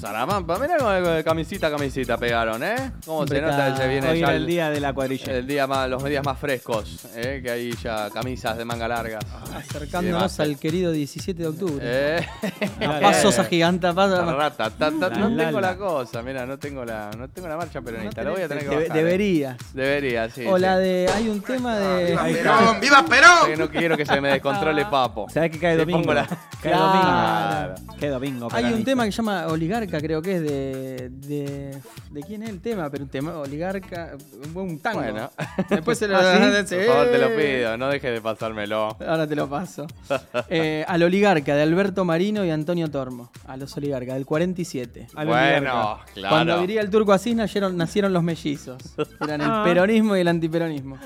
Sarabam, pam. Mirá cómo eh, camisita, camisita pegaron, ¿eh? Cómo se nota que se viene Hoy ya Eh, era el día de la cuadrilla. el día más, los días más frescos, ¿eh? que hay ya camisas de manga larga. Acercándonos Sí, al querido 17 de octubre. Eh. Claro. Pasos a giganta, pasos. Rata, ta, ta, La, no la, tengo la. la cosa, mira, no tengo la, no tengo la marcha peronista, lo voy a tener que Debe- bajar. ¿eh? deberías. Debería, sí. Ah, O la sí. de. Hay un tema de. Perón, ¡Viva Perón! Que no quiero que se me descontrole papo. ¿Sabés que cae Le domingo? ¿Ah, pongo la- Cae Claro. domingo. Cae domingo. Hay un peronista. tema que se llama Oligarca, creo que es de. ¿De, ¿de quién es el tema? Pero un tema, Oligarca. Un, un tango. Bueno. Después se lo. ¿Ah, sí? Sí. Por favor, te lo pido, no dejes de pasármelo. Ahora te lo paso. Eh, al Oligarca de Alberto Marino y Antonio Tormo. A los Oligarca, del 47. Al Bueno, oligarca. Ah, claro. Cuando diría el turco así nacieron, nacieron los mellizos. Eran el Ah. peronismo y el antiperonismo.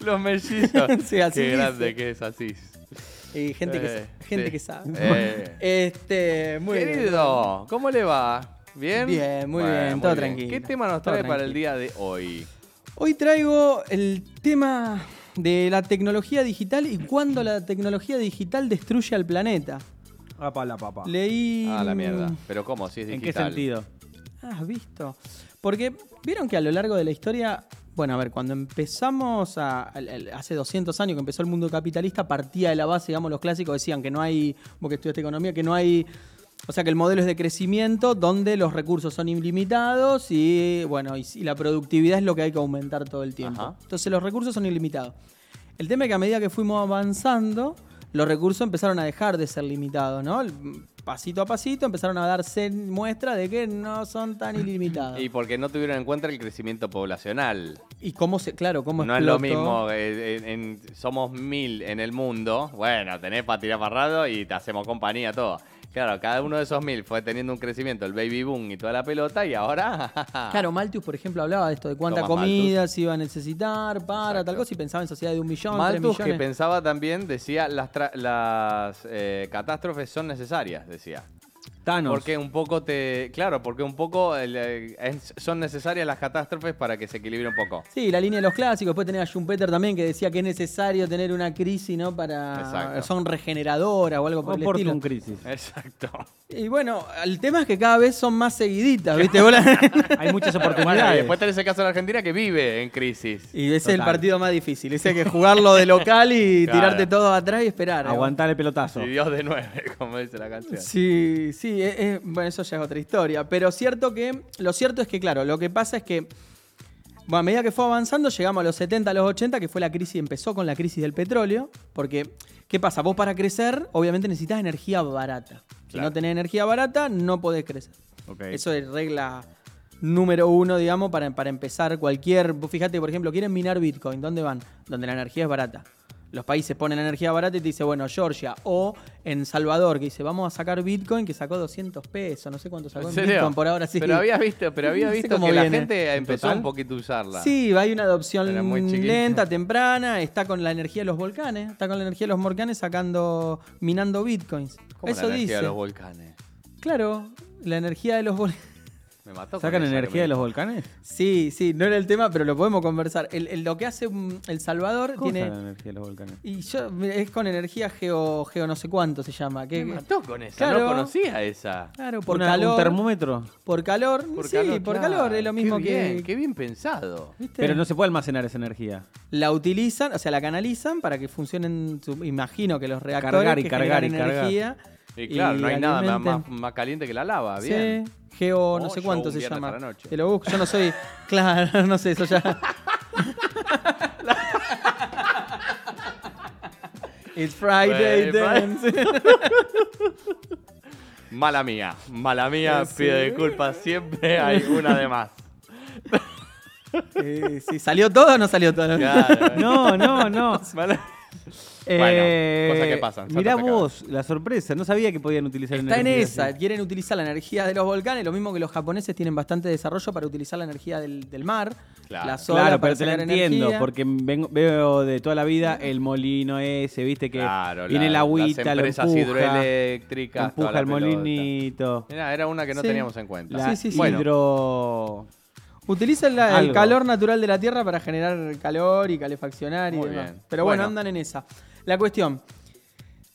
Los mellizos. Sí, así Qué dice. grande que es así. Y gente que, Eh, sa- gente sí. que sabe. Eh. Este, muy Querido, ¿cómo le va? ¿Bien? Bien, muy bien, todo tranquilo. ¿Qué tema nos Todo trae para el tranquilo. día de hoy? bien. Hoy traigo el tema de la tecnología digital y cuándo la tecnología digital destruye al planeta. Apa la papa. Leí. Ah, la mierda. ¿Pero cómo? Si es ¿En qué digital. sentido? Ah, has visto. Porque vieron que a lo largo de la historia, bueno, a ver, cuando empezamos a, al- al- hace 200 años que empezó el mundo capitalista, partía de la base, digamos, los clásicos decían que no hay, vos que estudiaste economía, que no hay, o sea, que el modelo es de crecimiento donde los recursos son ilimitados y, bueno, y, y la productividad es lo que hay que aumentar todo el tiempo. Ajá. Entonces los recursos son ilimitados. El tema es que a medida que fuimos avanzando, los recursos empezaron a dejar de ser limitados, ¿no? El- Pasito a pasito empezaron a darse muestra de que no son tan ilimitados. Y y, porque no tuvieron en cuenta el crecimiento poblacional. cómo se, claro, cómo No es lo explotó. mismo, eh, en- en- somos mil en el mundo, bueno, tenés para tirar parrado y te hacemos compañía todo. Claro, cada uno de esos mil fue teniendo un crecimiento, el baby boom y toda la pelota, y ahora... Claro, Malthus, por ejemplo, hablaba de esto, de cuánta Tomás comida se iba a necesitar para tal Exacto. cosa, y pensaba en sociedades de un millón, tres Malthus, que millones. pensaba también, decía, las, tra- las eh, catástrofes son necesarias, decía. Thanos. Porque un poco te... Claro, porque un poco el, eh, es- son necesarias las catástrofes para que se equilibre un poco. Sí, la línea de los clásicos. Después tenía a Schumpeter también que decía que es necesario tener una crisis, ¿no? Para. Exacto. Son regeneradoras o algo por el Oportun estilo. crisis. Exacto. Y bueno, el tema es que cada vez son más seguiditas, ¿viste? Vos la- Hay muchas Bueno, y oportunidades. después tenés el caso de la Argentina que vive en crisis. y ese es el Total. partido más difícil. Ese hay que jugarlo de local y Claro. tirarte todo atrás y esperar. ¿eh? Aguantar el pelotazo. Y Dios de nueve, como dice la canción. Sí, sí, es- es- bueno, eso ya es otra historia. Pero cierto que, lo cierto es que, claro, lo que pasa es que bueno, a medida que fue avanzando, llegamos a los 70, a los 80, que fue la crisis, empezó con la crisis del petróleo, porque, ¿qué pasa? Vos para crecer, obviamente necesitas energía barata. Si Claro. no tenés energía barata, no podés crecer. Ok. Eso es regla número uno, digamos, para, para empezar cualquier. vos Fíjate, por ejemplo, quieren minar Bitcoin. ¿Dónde van? Donde la energía es barata. Los países ponen energía barata y te dice, bueno, Georgia. O en Salvador, que dice, vamos a sacar Bitcoin, que sacó 200 pesos. No sé cuánto sacó ¿En en serio? Bitcoin por ahora. Sí, Pero había visto, pero había No sé visto cómo que la viene. gente ¿En empezó total? un poquito a usarla. sí hay una Era muy adopción chiquito. lenta, temprana. Está con la energía de los volcanes. Está con la energía de los volcanes sacando, minando Bitcoins. ¿Cómo Eso la energía dice. de los volcanes. claro, la energía de los volcanes. Me mató. ¿Sacan con esa que energía me- de los volcanes? Sí, sí, no era el tema, pero lo podemos conversar. El- el- lo que hace mm, El Salvador ¿Cómo tiene. sacan energía de los volcanes? Y yo, mira, es con energía geo, geo no sé cuánto se llama. que- Me mató con esa. Claro. No conocía esa. claro, por Una- calor. Un termómetro. por calor. sí, por claro. calor, es lo mismo qué que. bien, Qué bien pensado. ¿viste? Pero no se puede almacenar esa energía. La utilizan, o sea, la canalizan para que funcionen, su- imagino que los reactores Cargar y que cargar generan y cargar. energía. Y claro, no hay nada alimenten. más- más, más caliente que la lava. Bien. Sí, geo no sé Ocho, cuánto un se viernes a llama. la noche. Te lo busco, yo no soy. Claro, no sé, eso ya. It's Friday, Bueno, then. Mala mía. Mala mía, Sí. pide disculpas. Siempre hay una de más. Eh, sí, ¿Salió todo o no salió todo? Claro. No, no, no. Mala- Bueno, cosas que Eh, pasan, Mirá saltate acá. vos, la sorpresa. No sabía que podían utilizar Está en energía esa, así. quieren utilizar la energía de los volcanes, lo mismo que los japoneses tienen bastante desarrollo para utilizar la energía del, del mar, Claro. la sola Claro, para pero te la sacar entiendo, energía. porque vengo- veo de toda la vida el molino ese, viste que Claro, viene la- la agüita, las lo empresas empuja, hidroeléctricas. lo toda empuja la el pelota. molinito, Mirá, era una que no Sí. teníamos en cuenta. la Sí, sí, sí. Bueno, hidro... Utilizan la- el Algo. calor natural de la Tierra para generar calor y calefaccionar y Muy demás. bien. Pero bueno, Bueno. andan en esa. La cuestión,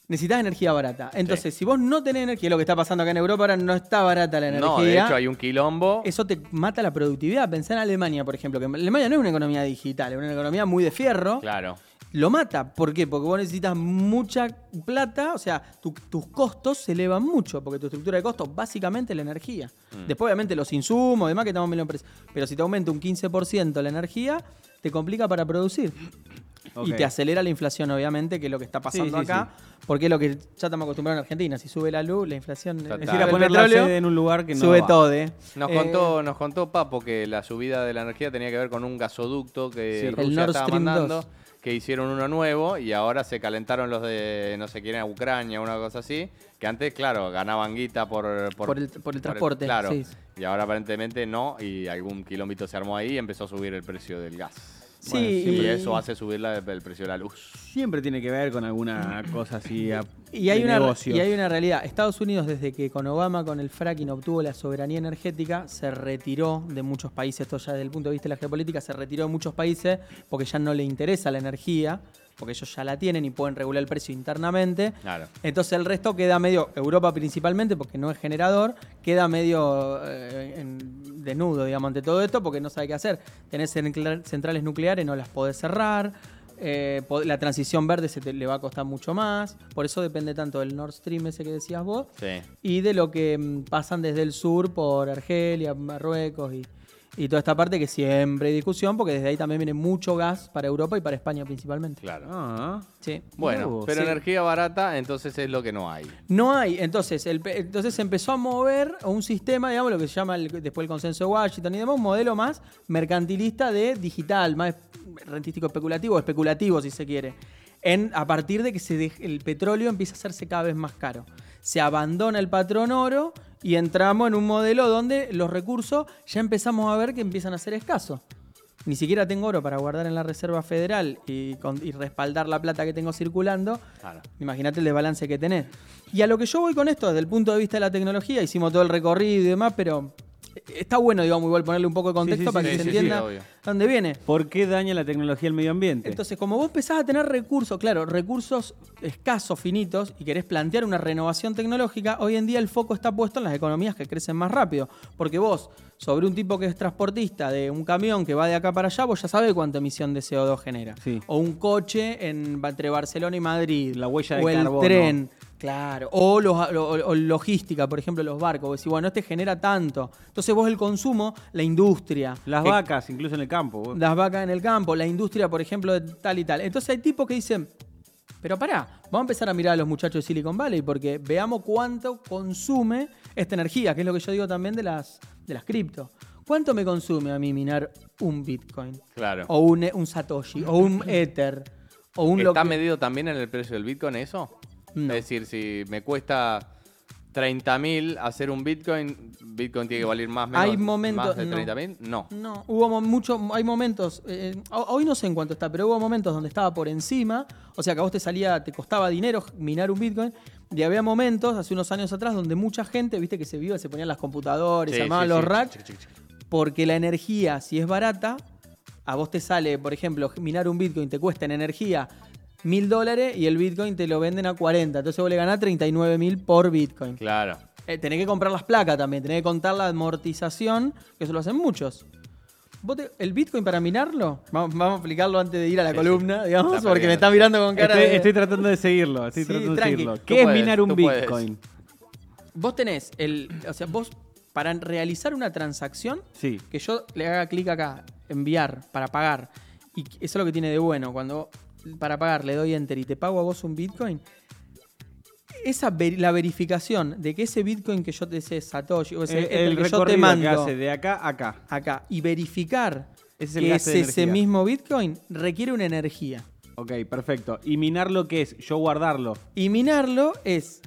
necesitas energía barata. Entonces, si vos no tenés energía, lo que está pasando acá en Europa ahora no está barata la energía. no, de hecho hay un quilombo. Eso te mata la productividad. Pensá en Alemania, por ejemplo, que Alemania no es una economía digital, es una economía muy de fierro. Claro. Lo mata. ¿Por qué? Porque vos necesitas mucha plata, o sea, tu- tus costos se elevan mucho, porque tu estructura de costos básicamente es la energía. Mm. Después, obviamente, los insumos, demás que también lo empresa. Pero si te aumenta un 15% la energía, te complica para producir. Y Ok. te acelera la inflación, obviamente, que es lo que está pasando sí, acá, porque es lo que ya estamos acostumbrados en Argentina. Si sube la luz, la inflación. Total. el Es Claro. ir a precio del poner la petróleo, sede en un lugar que no sube va. todo, ¿eh? Nos Eh, contó, nos contó Papo que la subida de la energía tenía que ver con un gasoducto que Sí, el Rusia Nord estaba Stream mandando, 2. que hicieron uno nuevo y ahora se calentaron los de no sé quién a Ucrania, una cosa así, que antes, claro, ganaban guita por, Por el- por el transporte, claro. sí. Y ahora aparentemente no, y algún kilómetro se armó ahí y empezó a subir el precio del gas. Sí, Bueno, y- Y eso hace subir la- el precio de la luz. Siempre tiene que ver con alguna cosa así a- Y hay, de una, negocios. y hay una realidad. Estados Unidos, desde que con Obama, con el fracking, obtuvo la soberanía energética, se retiró de muchos países. Esto ya desde el punto de vista de la geopolítica, se retiró de muchos países porque ya no le interesa la energía, porque ellos ya la tienen y pueden regular el precio internamente. Claro. Entonces el resto queda medio, Europa principalmente, porque no es generador, queda medio eh, en- desnudo, digamos, ante todo esto, porque no sabe qué hacer. Tenés encla- centrales nucleares, no las podés cerrar. eh, po- la transición verde se te- le va a costar mucho más. Por eso depende tanto del Nord Stream ese que decías vos Sí. y de lo que mm, pasan desde el sur por Argelia, Marruecos y, y toda esta parte que siempre hay discusión, porque desde ahí también viene mucho gas para Europa y para España principalmente. Claro. Ah, Sí. Bueno, vos, pero sí. energía barata, entonces es lo que no hay. No hay. Entonces, el, pe- entonces se empezó a mover un sistema, digamos, lo que se llama el- después el consenso de Washington y demás, un modelo más mercantilista de digital, más rentístico especulativo, especulativo si se quiere. En, a partir de que se dej- el petróleo empieza a hacerse cada vez más caro. Se abandona el patrón oro y entramos en un modelo donde los recursos ya empezamos a ver que empiezan a ser escasos. Ni siquiera tengo oro para guardar en la Reserva Federal y, con- y respaldar la plata que tengo circulando. Claro. Imagínate el desbalance que tenés. Y a lo que yo voy con esto, desde el punto de vista de la tecnología, hicimos todo el recorrido y demás, pero eh, está bueno, digamos, igual ponerle un poco de contexto Sí, sí, para que sí, sí, se sí, entienda obvio. dónde viene. ¿Por qué daña la tecnología el medio ambiente? Entonces, como vos empezás a tener recursos, claro, recursos escasos, finitos, y querés plantear una renovación tecnológica, hoy en día el foco está puesto en las economías que crecen más rápido. Porque vos, sobre un tipo que es transportista de un camión que va de acá para allá, vos ya sabés cuánta emisión de CO2 genera. Sí. O un coche en- entre Barcelona y Madrid. La huella de O el carbono. tren. Claro, o, los- o- o logística, por ejemplo, los barcos. Vos decís, bueno, este genera tanto. Entonces vos el consumo, la industria. Las que- vacas, incluso en el campo. vos. las vacas en el campo, la industria, por ejemplo, de tal y tal. Entonces hay tipos que dicen, pero pará, vamos a empezar a mirar a los muchachos de Silicon Valley porque veamos cuánto consume esta energía, que es lo que yo digo también de las, de las cripto. ¿Cuánto me consume a mí minar un Bitcoin? Claro. O un, un Satoshi, o un Ether, o un... lo ¿Está que- medido también en el precio del Bitcoin eso? No. Es decir, si me cuesta 30.000 hacer un Bitcoin, Bitcoin tiene que valer más menos, Hay momentos- más de no. 30.000 No. No, hubo mo- mucho, hay momentos, eh, ho- hoy no sé en cuánto está, pero hubo momentos donde estaba por encima, o sea que a vos te salía, te costaba dinero minar un Bitcoin, y había momentos, hace unos años atrás, donde mucha gente, viste que se vio, se ponían las computadoras, Sí, se armaban sí, los sí. racks, porque la energía, si es barata, a vos te sale, por ejemplo, minar un Bitcoin te cuesta en energía mil dólares y el Bitcoin te lo venden a 40, entonces vos le ganás 39 mil por Bitcoin. Claro. Eh, tenés que comprar las placas también, tenés que contar la amortización, que eso lo hacen muchos. Vos te- el Bitcoin para minarlo, vamos, vamos a explicarlo antes de ir a la Sí, columna, sí. digamos, Está porque perdiendo. me está mirando con cara Estoy, de... estoy tratando de seguirlo. Estoy Sí, tratando de tranqui. seguirlo. Tú ¿Qué es puedes, minar un tú puedes. Bitcoin? Vos tenés el... O sea, vos para realizar una transacción, Sí. que yo le haga clic acá, enviar, para pagar, y eso es lo que tiene de bueno, cuando para pagar le doy enter y te pago a vos un Bitcoin, esa ver- la verificación de que ese Bitcoin que yo te ese Satoshi, o ese El, Ether Eh, el Pues que yo recorrido te mando... que hace de acá a acá. acá y verificar Ese es el que es gasto de ese energía. mismo Bitcoin requiere una energía. Ok. Ok, perfecto. ¿Y minar lo que es? Yo guardarlo. Y minarlo es,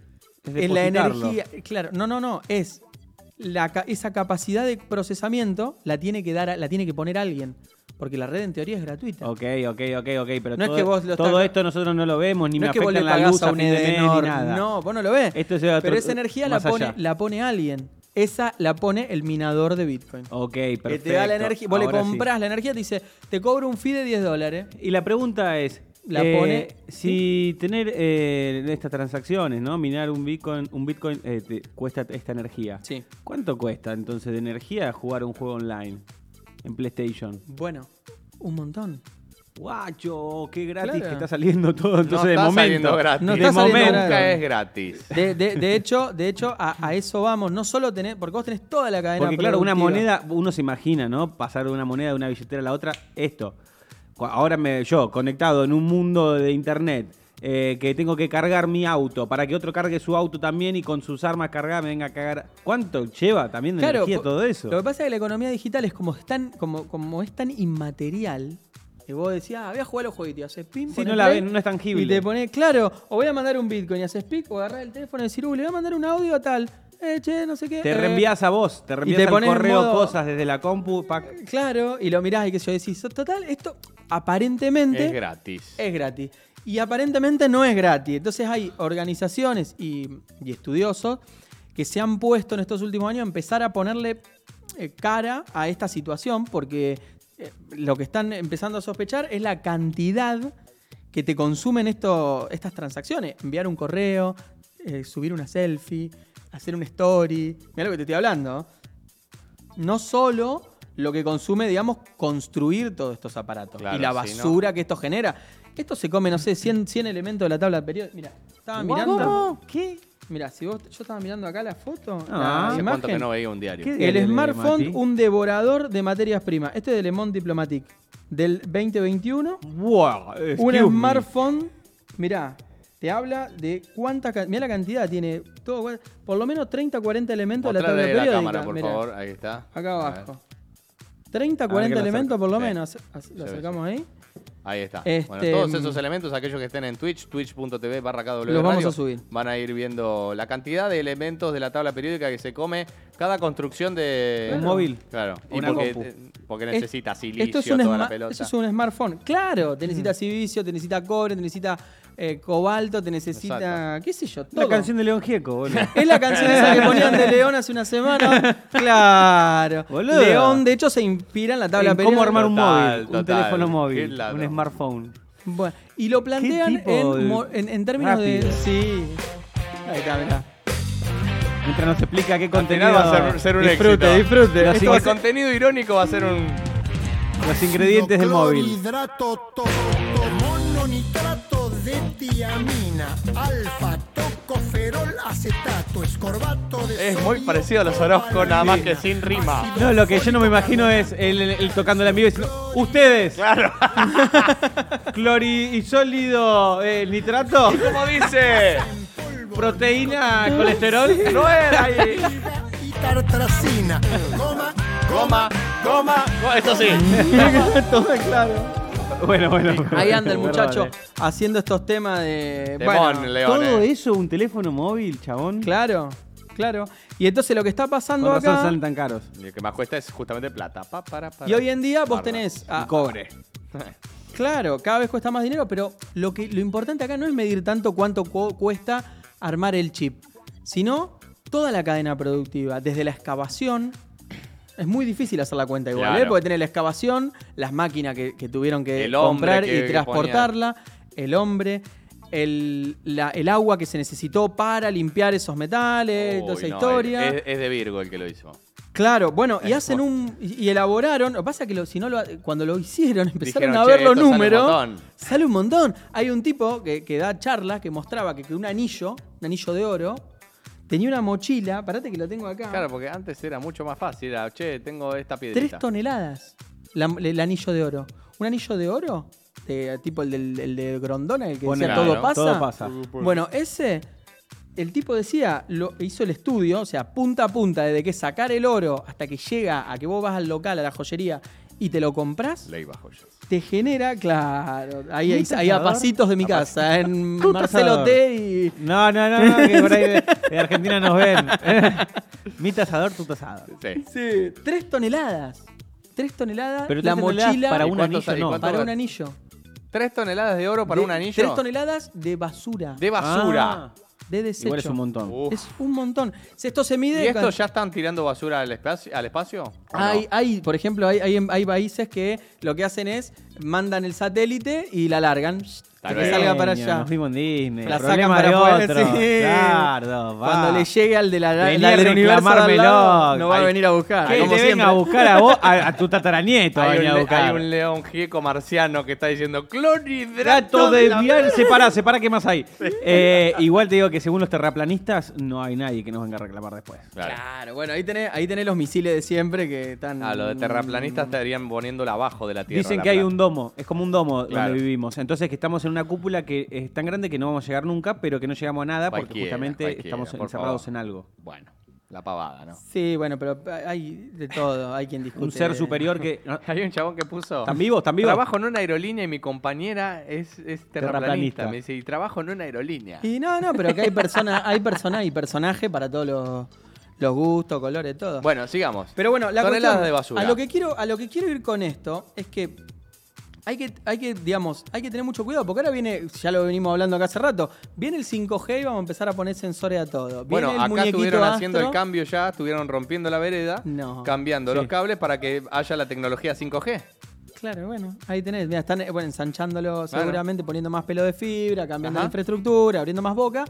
Es es la depositarlo. energía. Claro, no, no, no. Es la, ca- esa capacidad de procesamiento la tiene que dar, a- la tiene que poner alguien. Porque la red en teoría es gratuita. Ok, ok, ok, ok. Pero No es todo, que vos lo todo estás- esto nosotros no lo vemos, ni no me es que vos afecta le en la pagás luz a a un fin de mes, ni Edenor. nada. No, vos no lo ves. Esto es otro- Pero esa energía la más pone, allá. la pone alguien. Esa la pone el minador de Bitcoin. Ok, Oh, perfecto. Que te da la energía. Vos le Ahora sí. comprás la energía, te dice, te cobro un fee de 10 dólares. Y la pregunta es, La eh, pone- si tener eh, estas transacciones, ¿no? Minar un Bitcoin, un Bitcoin eh, te cuesta esta energía. Sí. ¿Cuánto cuesta entonces de energía jugar un juego online en PlayStation? Bueno, un montón. Guacho, qué gratis Claro. que está saliendo todo. Entonces, no de está momento. saliendo gratis. No de está saliendo momento. gratis. Nunca es gratis. De, de- de hecho, de hecho a, a eso vamos. No solo tenés, porque vos tenés toda la cadena. Porque claro, una productiva. moneda, uno se imagina, ¿no? Pasar de una moneda de una billetera a la otra, esto. Cu- Ahora me, yo, conectado en un mundo de internet, eh, que tengo que cargar mi auto para que otro cargue su auto también y con sus armas cargadas me venga a cagar. ¿Cuánto lleva también de energía po- todo eso? Lo que pasa es que la economía digital es como es tan, como, como es tan inmaterial. Que vos decías, ah, voy a jugar a los jueguitos y haces pim. Sí, pones no la play, ven, no es tangible. Y te pones, claro, o voy a mandar un Bitcoin y haces pic, o agarrás el teléfono y decís, uy, le voy a mandar un audio a tal. Eh, che, no sé qué. Te eh, reenvías a vos, te reenvías te al pones en correo modo- cosas desde la compu. pa- Claro, y lo mirás y que yo decís, total, esto aparentemente Es gratis. es gratis. Y aparentemente no es gratis. Entonces hay organizaciones y, y estudiosos que se han puesto en estos últimos años a empezar a ponerle eh, cara a esta situación porque eh, lo que están empezando a sospechar es la cantidad que te consumen esto- estas transacciones. Enviar un correo, eh, subir una selfie, hacer una story. Mira lo que te estoy hablando. No solo lo que consume, digamos, construir todos estos aparatos Claro, y la sí, ¿no? basura que esto genera. Esto se come, no sé, 100, 100 elementos de la tabla periódica. Mira, estaba mirando. ¿Qué? Mira, si vos, yo estaba mirando acá la foto, la Ah, Hace cuánto que imagen. no veía un diario. ¿Qué? El Dale, smartphone, Mati. un devorador de materias primas. Este es de Le Monde Diplomatique, del 2021. Wow, Un excuse me. smartphone, mirá, te habla de cuánta. ca- Mirá la cantidad, tiene todo. bueno, Por lo menos 30, 40 elementos de la tabla Mostrarle periódica. la cámara, por mirá, favor. Ahí está. Acá A abajo. 30, ver 40 que lo elementos por lo acerco. menos. Ac- ac- Lo Sí, sí. acercamos ahí. ver. Ahí está. Este, bueno, todos mm. esos elementos, aquellos que estén en Twitch, twitch.tv barra KW Los vamos Radio, a subir. Van a ir viendo la cantidad de elementos de la tabla periódica que se come cada construcción de... Un móvil. Claro. Y Una porque, compu. eh, porque Es- necesita silicio, esto es un toda la esma- pelota. Eso es un smartphone. Claro, te Mm. necesita silicio, te necesita cobre, te necesita eh, cobalto, te necesita. ¿Qué sé yo? La todo. canción de León Gieco, boludo. Es la canción esa que ponían de León hace una semana. Claro. Boludo. León, de hecho, se inspira en la tabla En ¿Cómo periódica. armar un Total, móvil? un total. teléfono Qué móvil, ladrón. un smartphone. Bueno, y lo plantean tipo de- en, mo- en- en términos de. rápido. Sí. Ahí está, mirá. Mientras nos explica qué Al contenido. final va a ser, ser un Disfrute, éxito. disfrute. Los Esto ing- va a ser- el contenido irónico va a ser un... Los ingredientes del móvil. Clorhidrato, toroto, mononitrato de tiamina, alfa, tocoferol, acetato, escorbato de Es muy sodio, parecido a los Orozco, nada más que sin propalena, rima. ácido No, lo que yo no me imagino es el, el- el tocando la vivo diciendo, ustedes, Claro. clori y sólido, eh, nitrato, ¿Cómo dice? proteína, colesterol. No era ahí. y tartracina. Goma, Goma, goma. go- Esto sí. Bueno, bueno. Ahí anda el perdón, muchacho eh. haciendo estos temas de. Temón, bueno, León. Todo eh. eso, un teléfono móvil, chabón. claro, claro. Y entonces lo que está pasando Con razón acá. salen tan caros. Lo que más cuesta es justamente plata. Pa, para, para. Y hoy en día vos Bárbaro. tenés. a- Y cobre. Claro, cada vez cuesta más dinero, pero lo, que, lo importante acá no es medir tanto cuánto cu- cuesta armar el chip, sino toda la cadena productiva, desde la excavación. Es muy difícil hacer la cuenta igual, Claro. ¿eh? porque tenés la excavación, las máquinas que, que tuvieron que El hombre comprar que- y que transportarla, el hombre, el, la- el agua que se necesitó para limpiar esos Uy, metales, toda esa no, historia. Es, es de Virgo el que lo hizo. Claro, bueno, y Ahí hacen fue. un. Y y elaboraron. Lo que pasa es que lo- si no lo- cuando lo hicieron, empezaron Dijeron, a "Che, ver los esto sale un números. montón". Sale un montón. Hay un tipo que, que da charlas que mostraba que, que un anillo, un anillo de oro, tenía una mochila. Parate que lo tengo acá. Ah. Claro, porque antes era mucho más fácil. Era, che, tengo esta piedrita. Tres toneladas. la- el anillo de oro. Un anillo de oro, de- tipo el, del, el de Grondona, el que Ponele, decía todo ¿no? pasa. Todo pasa. Bueno, ese, el tipo decía, lo, hizo el estudio, o sea, punta a punta, desde que sacar el oro hasta que llega a que vos vas al local, a la joyería, y te lo compras, Ley bajo yo. te genera, claro, ahí, Un ahí, ahí a tasador. pasitos de mi casa, en Marcelo tasador. T y... No, no, no, no, que por ahí de, de Argentina nos ven. Mi tasador, tu tasador. Sí. Sí, tres toneladas. Tres toneladas, Pero la tres toneladas mochila para ¿Y un cuántos- anillo y no. cuántos- para un anillo. Tres toneladas de oro para De- un anillo. Tres toneladas de basura, de, de basura. Ah, desecho. igual es un montón. Uh. Es un montón. Si esto se ¿Y mide... esto con- ya están tirando basura al espacio? Al espacio ¿O no? Hay, hay, por ejemplo, hay, hay, hay países que lo que hacen es mandan el satélite y la largan. Que vez. salga para Genio, allá. Nos vimos en Disney. La Problema sacan para de afuera, otro. sí. Claro, va. Cuando le llegue al de la, la Venía a del universo de al lado, reclamármelo. no va a Ay, venir a buscar. Que te como venga siempre. a buscar a vos, a, a tu tataranieto. Hay un, venía a le- buscar. hay un león gieco marciano que está diciendo Trato clorhidrato de la- mirar, separa, separa qué más hay. Eh, igual te digo que según los terraplanistas, no hay nadie que nos venga a reclamar después. Claro. Claro, bueno, ahí tenés, ahí tenés los misiles de siempre que están. A Ah, los de terraplanistas estarían poniéndola abajo de la tierra. Dicen la que hay planta. un domo, es como un domo Claro. donde vivimos. Entonces que estamos en una cúpula que es tan grande que no vamos a llegar nunca, pero que no llegamos a nada porque Cualquiera, justamente cualquiera, estamos por encerrados favor. en algo. Bueno, la pavada, ¿no? Sí, bueno, pero hay de todo, hay quien discute. Un ser superior que... no, Hay un chabón que puso. Ah. ¿Están vivos? ¿Están vivos? Trabajo en una aerolínea y mi compañera es, es terraplanista. Terraplanista. Me dice, y trabajo en una aerolínea. Y no, no, pero que hay personas, hay personas y personajes para todos los, los gustos, colores, todo. Bueno, sigamos. Pero bueno, la Toneladas cuestión, de basura. A lo, que quiero, a lo que quiero ir con esto es que hay que, hay que, digamos, hay que tener mucho cuidado porque ahora viene, ya lo venimos hablando acá hace rato, viene el 5G y vamos a empezar a poner sensores a todo. Viene bueno, el acá muñequito estuvieron haciendo astro. el cambio ya, estuvieron rompiendo la vereda, No. cambiando los cables para que haya la tecnología 5G. Claro, bueno, ahí tenés. Mirá, están eh, bueno, ensanchándolo seguramente, poniendo más pelo de fibra, cambiando la Ajá. infraestructura, abriendo más boca.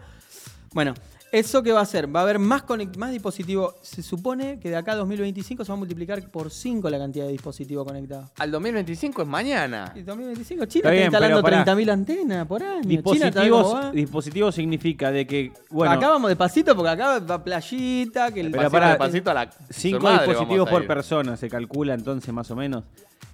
Bueno, ¿eso qué va a hacer? Va a haber más, conec- más dispositivos. Se supone que de acá a 2025 se va a multiplicar por 5 la cantidad de dispositivos conectados. Al 2025 es mañana. Y 2025, China Está está, bien, instalando pero pará. 30.000 antenas por año. China está viendo cómo va. Dispositivos, dispositivos significa de que, bueno, ¿eh? acá vamos despacito porque acá va playita, que el Pero Pasito pará, de pasito a la su cinco madre dispositivos vamos a por ir. persona se calcula entonces más o menos.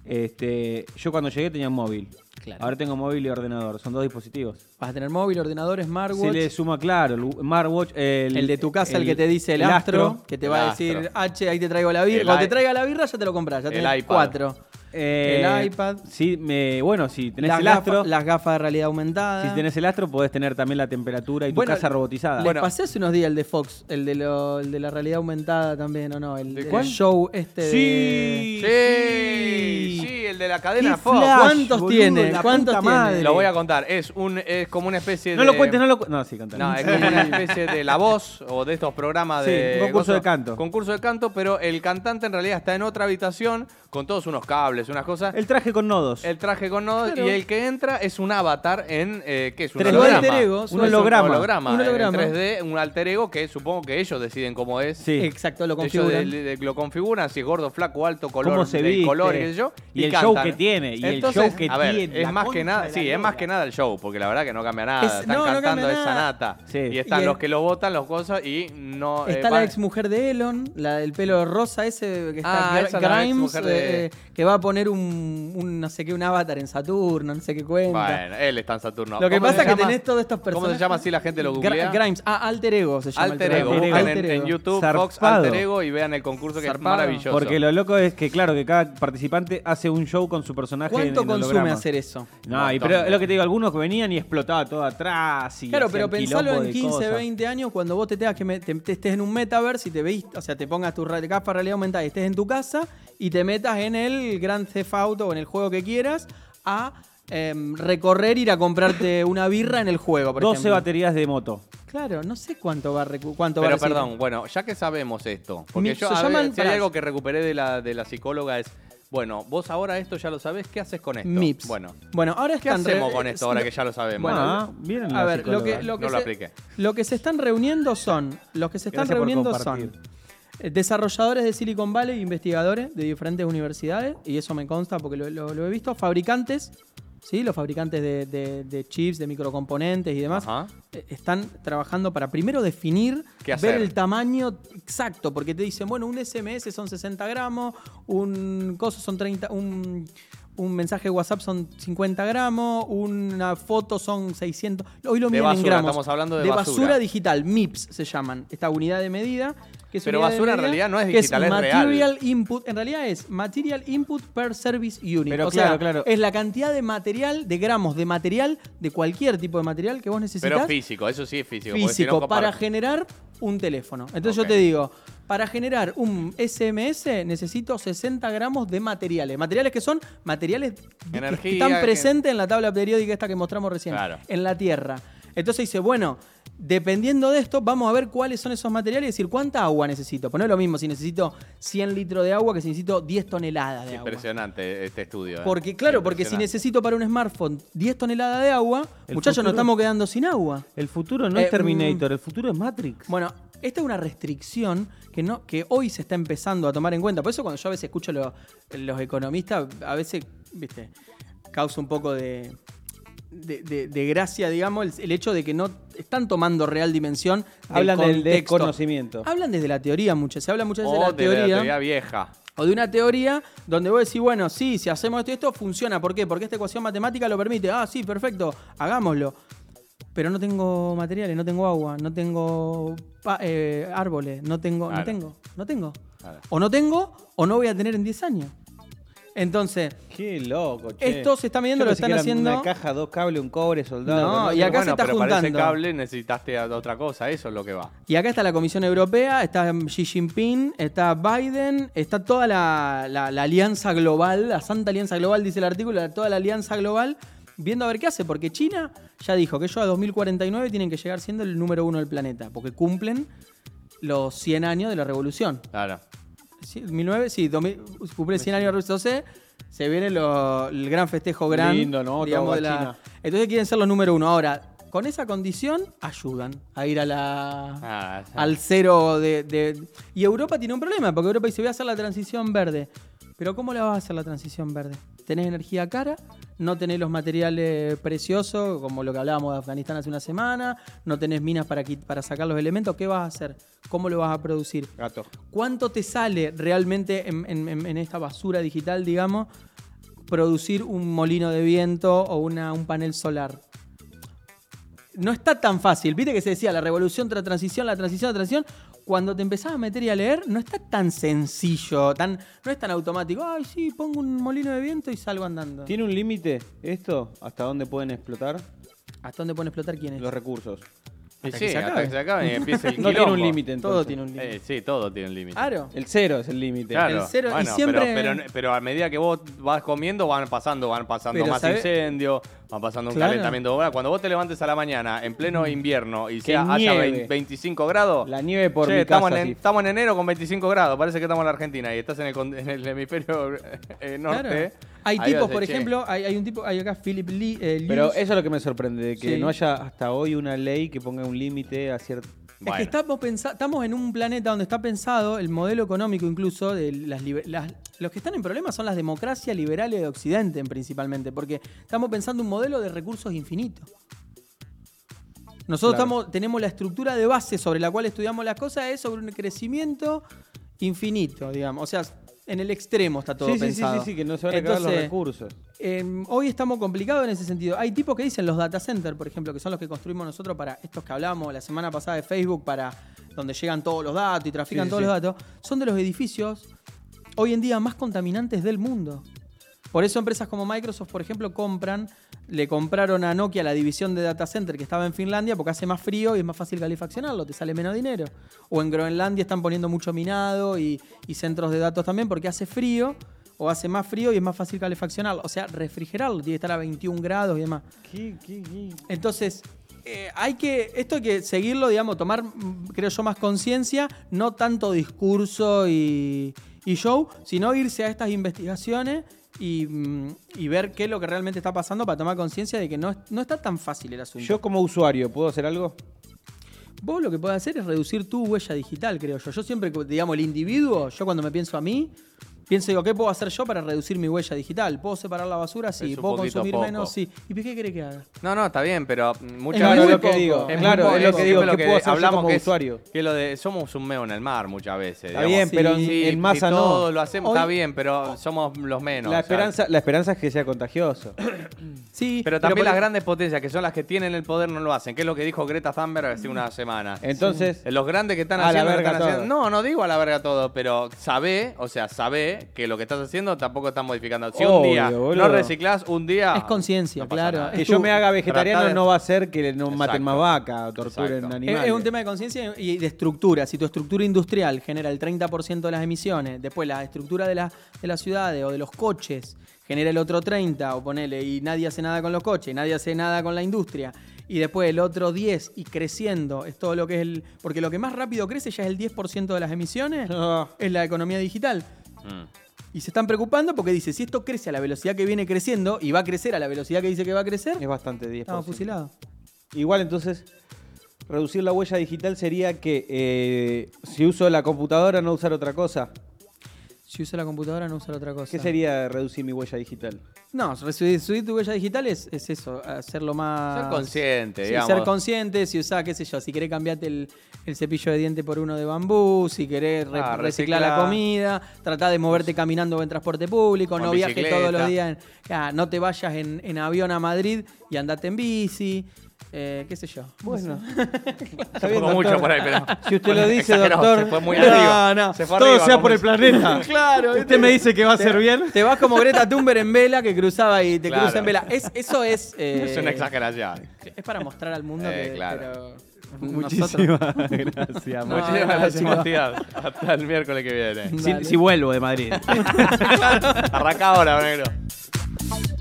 Este, yo cuando llegué tenía un móvil. Claro. Ahora tengo móvil y ordenador, son dos dispositivos. vas a tener móvil, ordenador, smartwatch. Se le suma, claro, el smartwatch. El, El, de tu casa, el, que te dice el, el astro, astro, que te el va a astro. decir, H, ahí te traigo la birra. El Cuando te i- traiga la birra ya te lo compras, ya el tenés iPad. cuatro. eh, el iPad. Sí, me, bueno, si tenés Las, el gafas- astro, las gafas de realidad aumentada. si tenés el astro podés tener también la temperatura y Bueno, tu casa robotizada. Les Bueno. pasé hace unos días el de Fox, el de, lo- el de la realidad aumentada también, ¿o no? El, ¿De el cuál? show este de- sí, Sí, sí, el de la cadena Qué Fox. flash, ¿Cuántos tiene? la ¿Cuántos puta tiene? madre. Lo voy a contar. Es un es como una especie No de eh, lo cuentes, no lo cu- No, sí, contalo. No, es como una especie de La Voz o de estos programas Sí, de... un concurso de coso- canto. Concurso de canto, pero el cantante en realidad está en otra habitación con todos unos cables, unas cosas. El, El traje con nodos. traje con nodos Claro. y el que entra es un avatar en... eh, ¿Qué es? Un 3D. holograma. Alter ego, Es un holograma. Un Un holograma. holograma. en 3D, un alter ego que supongo que ellos deciden cómo es. Sí. Exacto, lo Ellos configuran. de- de- lo configuran, si es gordo, flaco, alto, color, Cómo se del viste, color, qué sé yo, y y, el cantan. show que tiene, y el Entonces, show que a ver, tiene, la Es más que concha nada, de la sí, es más que nada el show, porque la verdad que no cambia nada. Es- están no, no cantando cambia esa nada. nata. Sí. Y están Y el- los que lo votan, los cosas, y no. eh, Está van- la ex mujer de Elon, la del pelo rosa ese que está Ah, Gr- esa es la Grimes, exmujer de- eh, que va a poner un, un no sé qué, un avatar en Saturno, no sé qué cuenta. Bueno, él está en Saturno. Lo que ¿Cómo se pasa es que llama? tenés todos estos personajes. ¿Cómo se llama si la gente lo Gr- googlea? Grimes, ah, Alter Ego se llama. el Alter programa. ego, Alter buscan ego. en, en YouTube Fox Zarpado. Alter Ego y vean el concurso que Zarpado. es maravilloso. Porque lo loco es que, claro, que cada participante hace un show con su personaje. ¿Cuánto en el consume holograma. hacer eso? No, y Montón. pero es lo que te digo, algunos que venían y explotaba todo atrás. Y Claro, hacían pero pensalo quilombo en de 15, cosas. 20 años cuando vos te tengas que me- te- te estés en un metaverse y te veis, o sea, te pongas tu ra- gafas de realidad aumentada y estés en tu casa y te metas en el Grand Theft Auto o en el juego que quieras a em, recorrer, ir a comprarte una birra en el juego, por 12 ejemplo. baterías de moto. Claro, no sé cuánto va a recu- cuánto va Pero a recibir. perdón, bueno, ya que sabemos esto, porque Mi- yo se a llaman- ver, si hay pará. algo que recuperé de la, de la psicóloga es, bueno, vos ahora esto ya lo sabés, ¿qué haces con esto? MIPS. Bueno, bueno, ahora ¿qué están re- hacemos con esto ahora no- que ya lo sabemos? Bueno, Ah, bien a la ver, lo psicóloga. que, lo, que No lo se, apliqué. lo que se están reuniendo son, los que se están Gracias por reuniendo son compartir. eh, desarrolladores de Silicon Valley, investigadores de diferentes universidades, y eso me consta porque lo, lo- lo he visto, fabricantes, ¿sí? los fabricantes de, de- de chips, de microcomponentes y demás, Ajá. eh, están trabajando para primero definir, ¿Qué hacer? ver el tamaño exacto, porque te dicen, bueno, un SMS son 60 gramos, un coso son 30, un, un mensaje de WhatsApp son 50 gramos, una foto son 600. Hoy lo De miden en basura, gramos. estamos hablando de basura basura. digital, MIPS se llaman, esta unidad de medida. que es Pero unidad de basura en medida, realidad no es que digital, es real. material input. En realidad es material input per service unit. Pero o claro, sea, claro. es la cantidad de material, de gramos de material, de cualquier tipo de material que vos necesitas Pero físico, eso sí es físico. porque si no, físico comparo- para generar un teléfono. Entonces Ok. yo te digo, para generar un SMS necesito 60 gramos de materiales. Materiales que son materiales que Energía, están que- presentes en la tabla periódica esta que mostramos recién, Claro. en la Tierra. Entonces dice, bueno, dependiendo de esto, vamos a ver cuáles son esos materiales y decir cuánta agua necesito. Pues no es lo mismo si necesito 100 litros de agua que si necesito 10 toneladas de agua. Impresionante este estudio. ¿eh? Porque claro, porque si Impresionante. necesito para un smartphone 10 toneladas de agua, El muchachos, nos futuro- estamos quedando sin agua. El futuro no Eh, es Terminator, el futuro es Matrix. Bueno, esta es una restricción que, no, que hoy se está empezando a tomar en cuenta. Por eso cuando yo a veces escucho lo- los economistas, a veces, viste, causa un poco de, de, de- de gracia, digamos, el, el hecho de que no están tomando real dimensión. del Hablan del contexto. desconocimiento. Hablan desde la teoría muchas. Se habla muchas veces O de la teoría. vieja. O de una teoría donde vos decís, bueno, sí, si hacemos esto y esto, funciona. ¿Por qué? Porque esta ecuación matemática lo permite. Ah, sí, perfecto, hagámoslo. Pero no tengo materiales, no tengo agua, no tengo pa- eh, árboles, no tengo, Claro. no tengo, no tengo. Claro. O no tengo, o no voy a tener en 10 años. Entonces, Qué loco, Esto se está midiendo, lo Yo pensé están que eran haciendo- Una caja, dos cables, un cobre, soldado. No, y con otro. acá se está pero para ese juntando. cable necesitaste a- otra cosa, eso es lo que va. y acá está la Comisión Europea, está Xi Jinping, está Biden, está toda la, la- la alianza global, la santa alianza global, dice el artículo, toda la alianza global, viendo a ver qué hace, porque China ya dijo que ellos a 2049 tienen que llegar siendo el número uno del planeta, porque cumplen los 100 años de la revolución. Claro. Sí, 19, sí, 2000, cumple 100 años Rusia 12, se viene lo- el gran festejo gran. Lindo, ¿no? Todo China. Entonces quieren ser los número uno. Ahora, con esa condición, ayudan a ir a la, Ah, sí. al cero de, de- Y Europa tiene un problema, porque Europa dice, voy a hacer la transición verde. Pero ¿cómo la vas a hacer la transición verde? Tenés energía cara, no tenés los materiales preciosos, como lo que hablábamos de Afganistán hace una semana, no tenés minas para, qui- para sacar los elementos, ¿qué vas a hacer? ¿Cómo lo vas a producir? Gato. ¿Cuánto te sale realmente en, en- en- en esta basura digital, digamos, producir un molino de viento o una- un panel solar? No está tan fácil. Viste que se decía la revolución tras transición, la transición tras transición. Cuando te empezás a meter y a leer, no está tan sencillo, tan, no es tan automático. Ay, sí, pongo un molino de viento y salgo andando. ¿Tiene un límite esto? ¿Hasta dónde pueden explotar ¿Hasta dónde pone a explotar quién es? los recursos? Y que sí, se hasta acabe. que se acaben y empiece el No tiene quilombo. un límite entonces. Eh, Todo tiene un límite. Eh, sí, todo tiene un límite. Claro. El cero es el límite. Claro, El cero, y bueno, pero- siempre- pero, pero, a medida que vos vas comiendo van pasando, van pasando Pero, más ¿sabe? incendios, van pasando un Claro. Mm. calentamiento global. Cuando vos te levantes a la mañana en pleno invierno y Que sea, haya nieve. 20 25 grados, La nieve por che, mi casa, estamos, en, sí. estamos en enero con 25 grados, parece que estamos en la Argentina y estás en el, con- en el hemisferio eh, norte. Claro. ahí Hay vas a tipos, decir, por "Che". ejemplo, hay, hay un tipo, hay acá Philip Lee. eh, Lewis. Pero eso es lo que me sorprende, de que Sí. no haya hasta hoy una ley que ponga un límite a cierto... Es Bueno. que estamos, pensa- estamos en un planeta donde está pensado el modelo económico incluso de las, liber- las- los que están en problemas son las democracias liberales de Occidente principalmente, porque estamos pensando un modelo de recursos infinitos. Nosotros Claro. estamos, tenemos la estructura de base sobre la cual estudiamos las cosas, es sobre un crecimiento infinito, digamos. O sea, en el extremo está todo Sí, sí, sí, pensado. sí, sí, que no se van a acabar los Entonces, recursos. eh, hoy estamos complicados en ese sentido. Hay tipos que dicen los data centers, por ejemplo, que son los que construimos nosotros para estos que hablábamos la semana pasada de Facebook, para donde llegan todos los datos y trafican Sí, sí, todos sí. los datos, son de los edificios hoy en día más contaminantes del mundo. Por eso empresas como Microsoft, por ejemplo, compran, le compraron a Nokia la división de data center que estaba en Finlandia porque hace más frío y es más fácil calefaccionarlo, te sale menos dinero. O en Groenlandia están poniendo mucho minado y, y centros de datos también porque hace frío o hace más frío y es más fácil calefaccionarlo. O sea, refrigerarlo, tiene que estar a 21 grados y demás. ¿Qué, qué, qué? Entonces, eh, hay que, esto hay que seguirlo, digamos, tomar, mm, creo yo, más conciencia, no tanto discurso y, y show, sino irse a estas investigaciones y, mm, y ver qué es lo que realmente está pasando para tomar conciencia de que no, es- no está tan fácil el asunto. Yo como usuario, ¿puedo hacer algo? Vos lo que podés hacer es reducir tu huella digital, creo yo. Yo siempre, digamos, el individuo, yo cuando me pienso a mí, pienso, digo, ¿qué puedo hacer yo para reducir mi huella digital? ¿Puedo separar la basura? Sí. Es un ¿Puedo poquito consumir poco. menos? Sí. ¿Y qué querés que haga? No, no, está bien, pero mm, muchas muy Claro, es lo poco. que digo. Es muy claro, poco, es lo que es digo. siempre ¿Qué lo puedo hacer yo hablamos como que es- usuario? que lo de somos un meo en el mar muchas veces. Está digamos. bien, pero en- Sí, en masa si no. todos lo hacemos, Hoy- está bien, pero somos los menos. la, o sea, esperanza, la esperanza es que sea contagioso. Sí, Pero también por las ahí- grandes potencias, que son las que tienen el poder, no lo hacen. Que es lo que dijo Greta Thunberg hace una semana. Entonces, Los grandes que están A la haciendo, lo verga están haciendo- todo. No, no digo a la verga todo, pero sabé, o sea, sabé que lo que estás haciendo tampoco estás modificando. Si un Obvio, día boludo. no reciclás, un día. Es conciencia, no pasa claro. nada. que yo me haga Tratar vegetariano de- no va a ser que no maten Exacto. más vaca o torturen Exacto. Es- animales. Es un tema de conciencia y de estructura. Si tu estructura industrial genera el 30% de las emisiones, después la estructura de, las de las ciudades o de los coches genera el otro 30%, o ponele, y nadie hace nada con los coches, y nadie hace nada con la industria, y después el otro 10% y creciendo es todo lo que es el... Porque lo que más rápido crece ya es el 10% de las emisiones, Ah. es la economía digital. Mm. Y se están preocupando porque dice, si esto crece a la velocidad que viene creciendo y va a crecer a la velocidad que dice que va a crecer, Es bastante 10%. estamos fusilados. Igual entonces, reducir la huella digital sería que eh, si uso la computadora no usar otra cosa. Si usa la computadora no usa otra cosa. ¿Qué sería reducir mi huella digital? No, subir, subir tu huella digital es, es eso, hacerlo más... Ser consciente, Sí, digamos. ser consciente, si usás, qué sé yo, si querés cambiarte el, el cepillo de diente por uno de bambú, si querés re- Ah, reciclar la recicla. comida, tratá de moverte caminando en transporte público, O en no viajes bicicleta. todos los días, en- ah, no te vayas en, en avión a Madrid y andate en bici, eh, qué sé yo. Bueno. Se fue mucho por ahí, pero. Si usted lo dice, Exageró, doctor. Se fue muy No, arriba. no, Ah, Se fue Todo arriba, sea como por el dice. planeta. claro. Usted me dice que va a ser bien. Te vas como Greta Thunberg en vela que cruzaba y te Claro. cruza en vela. Es, eso es... eh, Es una exageración. Es para mostrar al mundo Eh, que... claro. pero Muchísimas nosotros- gracias. No, Muchísimas no, gracias, chicos. Matías. Hasta el miércoles que viene. Si, si vuelvo de Madrid. Arranca ahora, negro.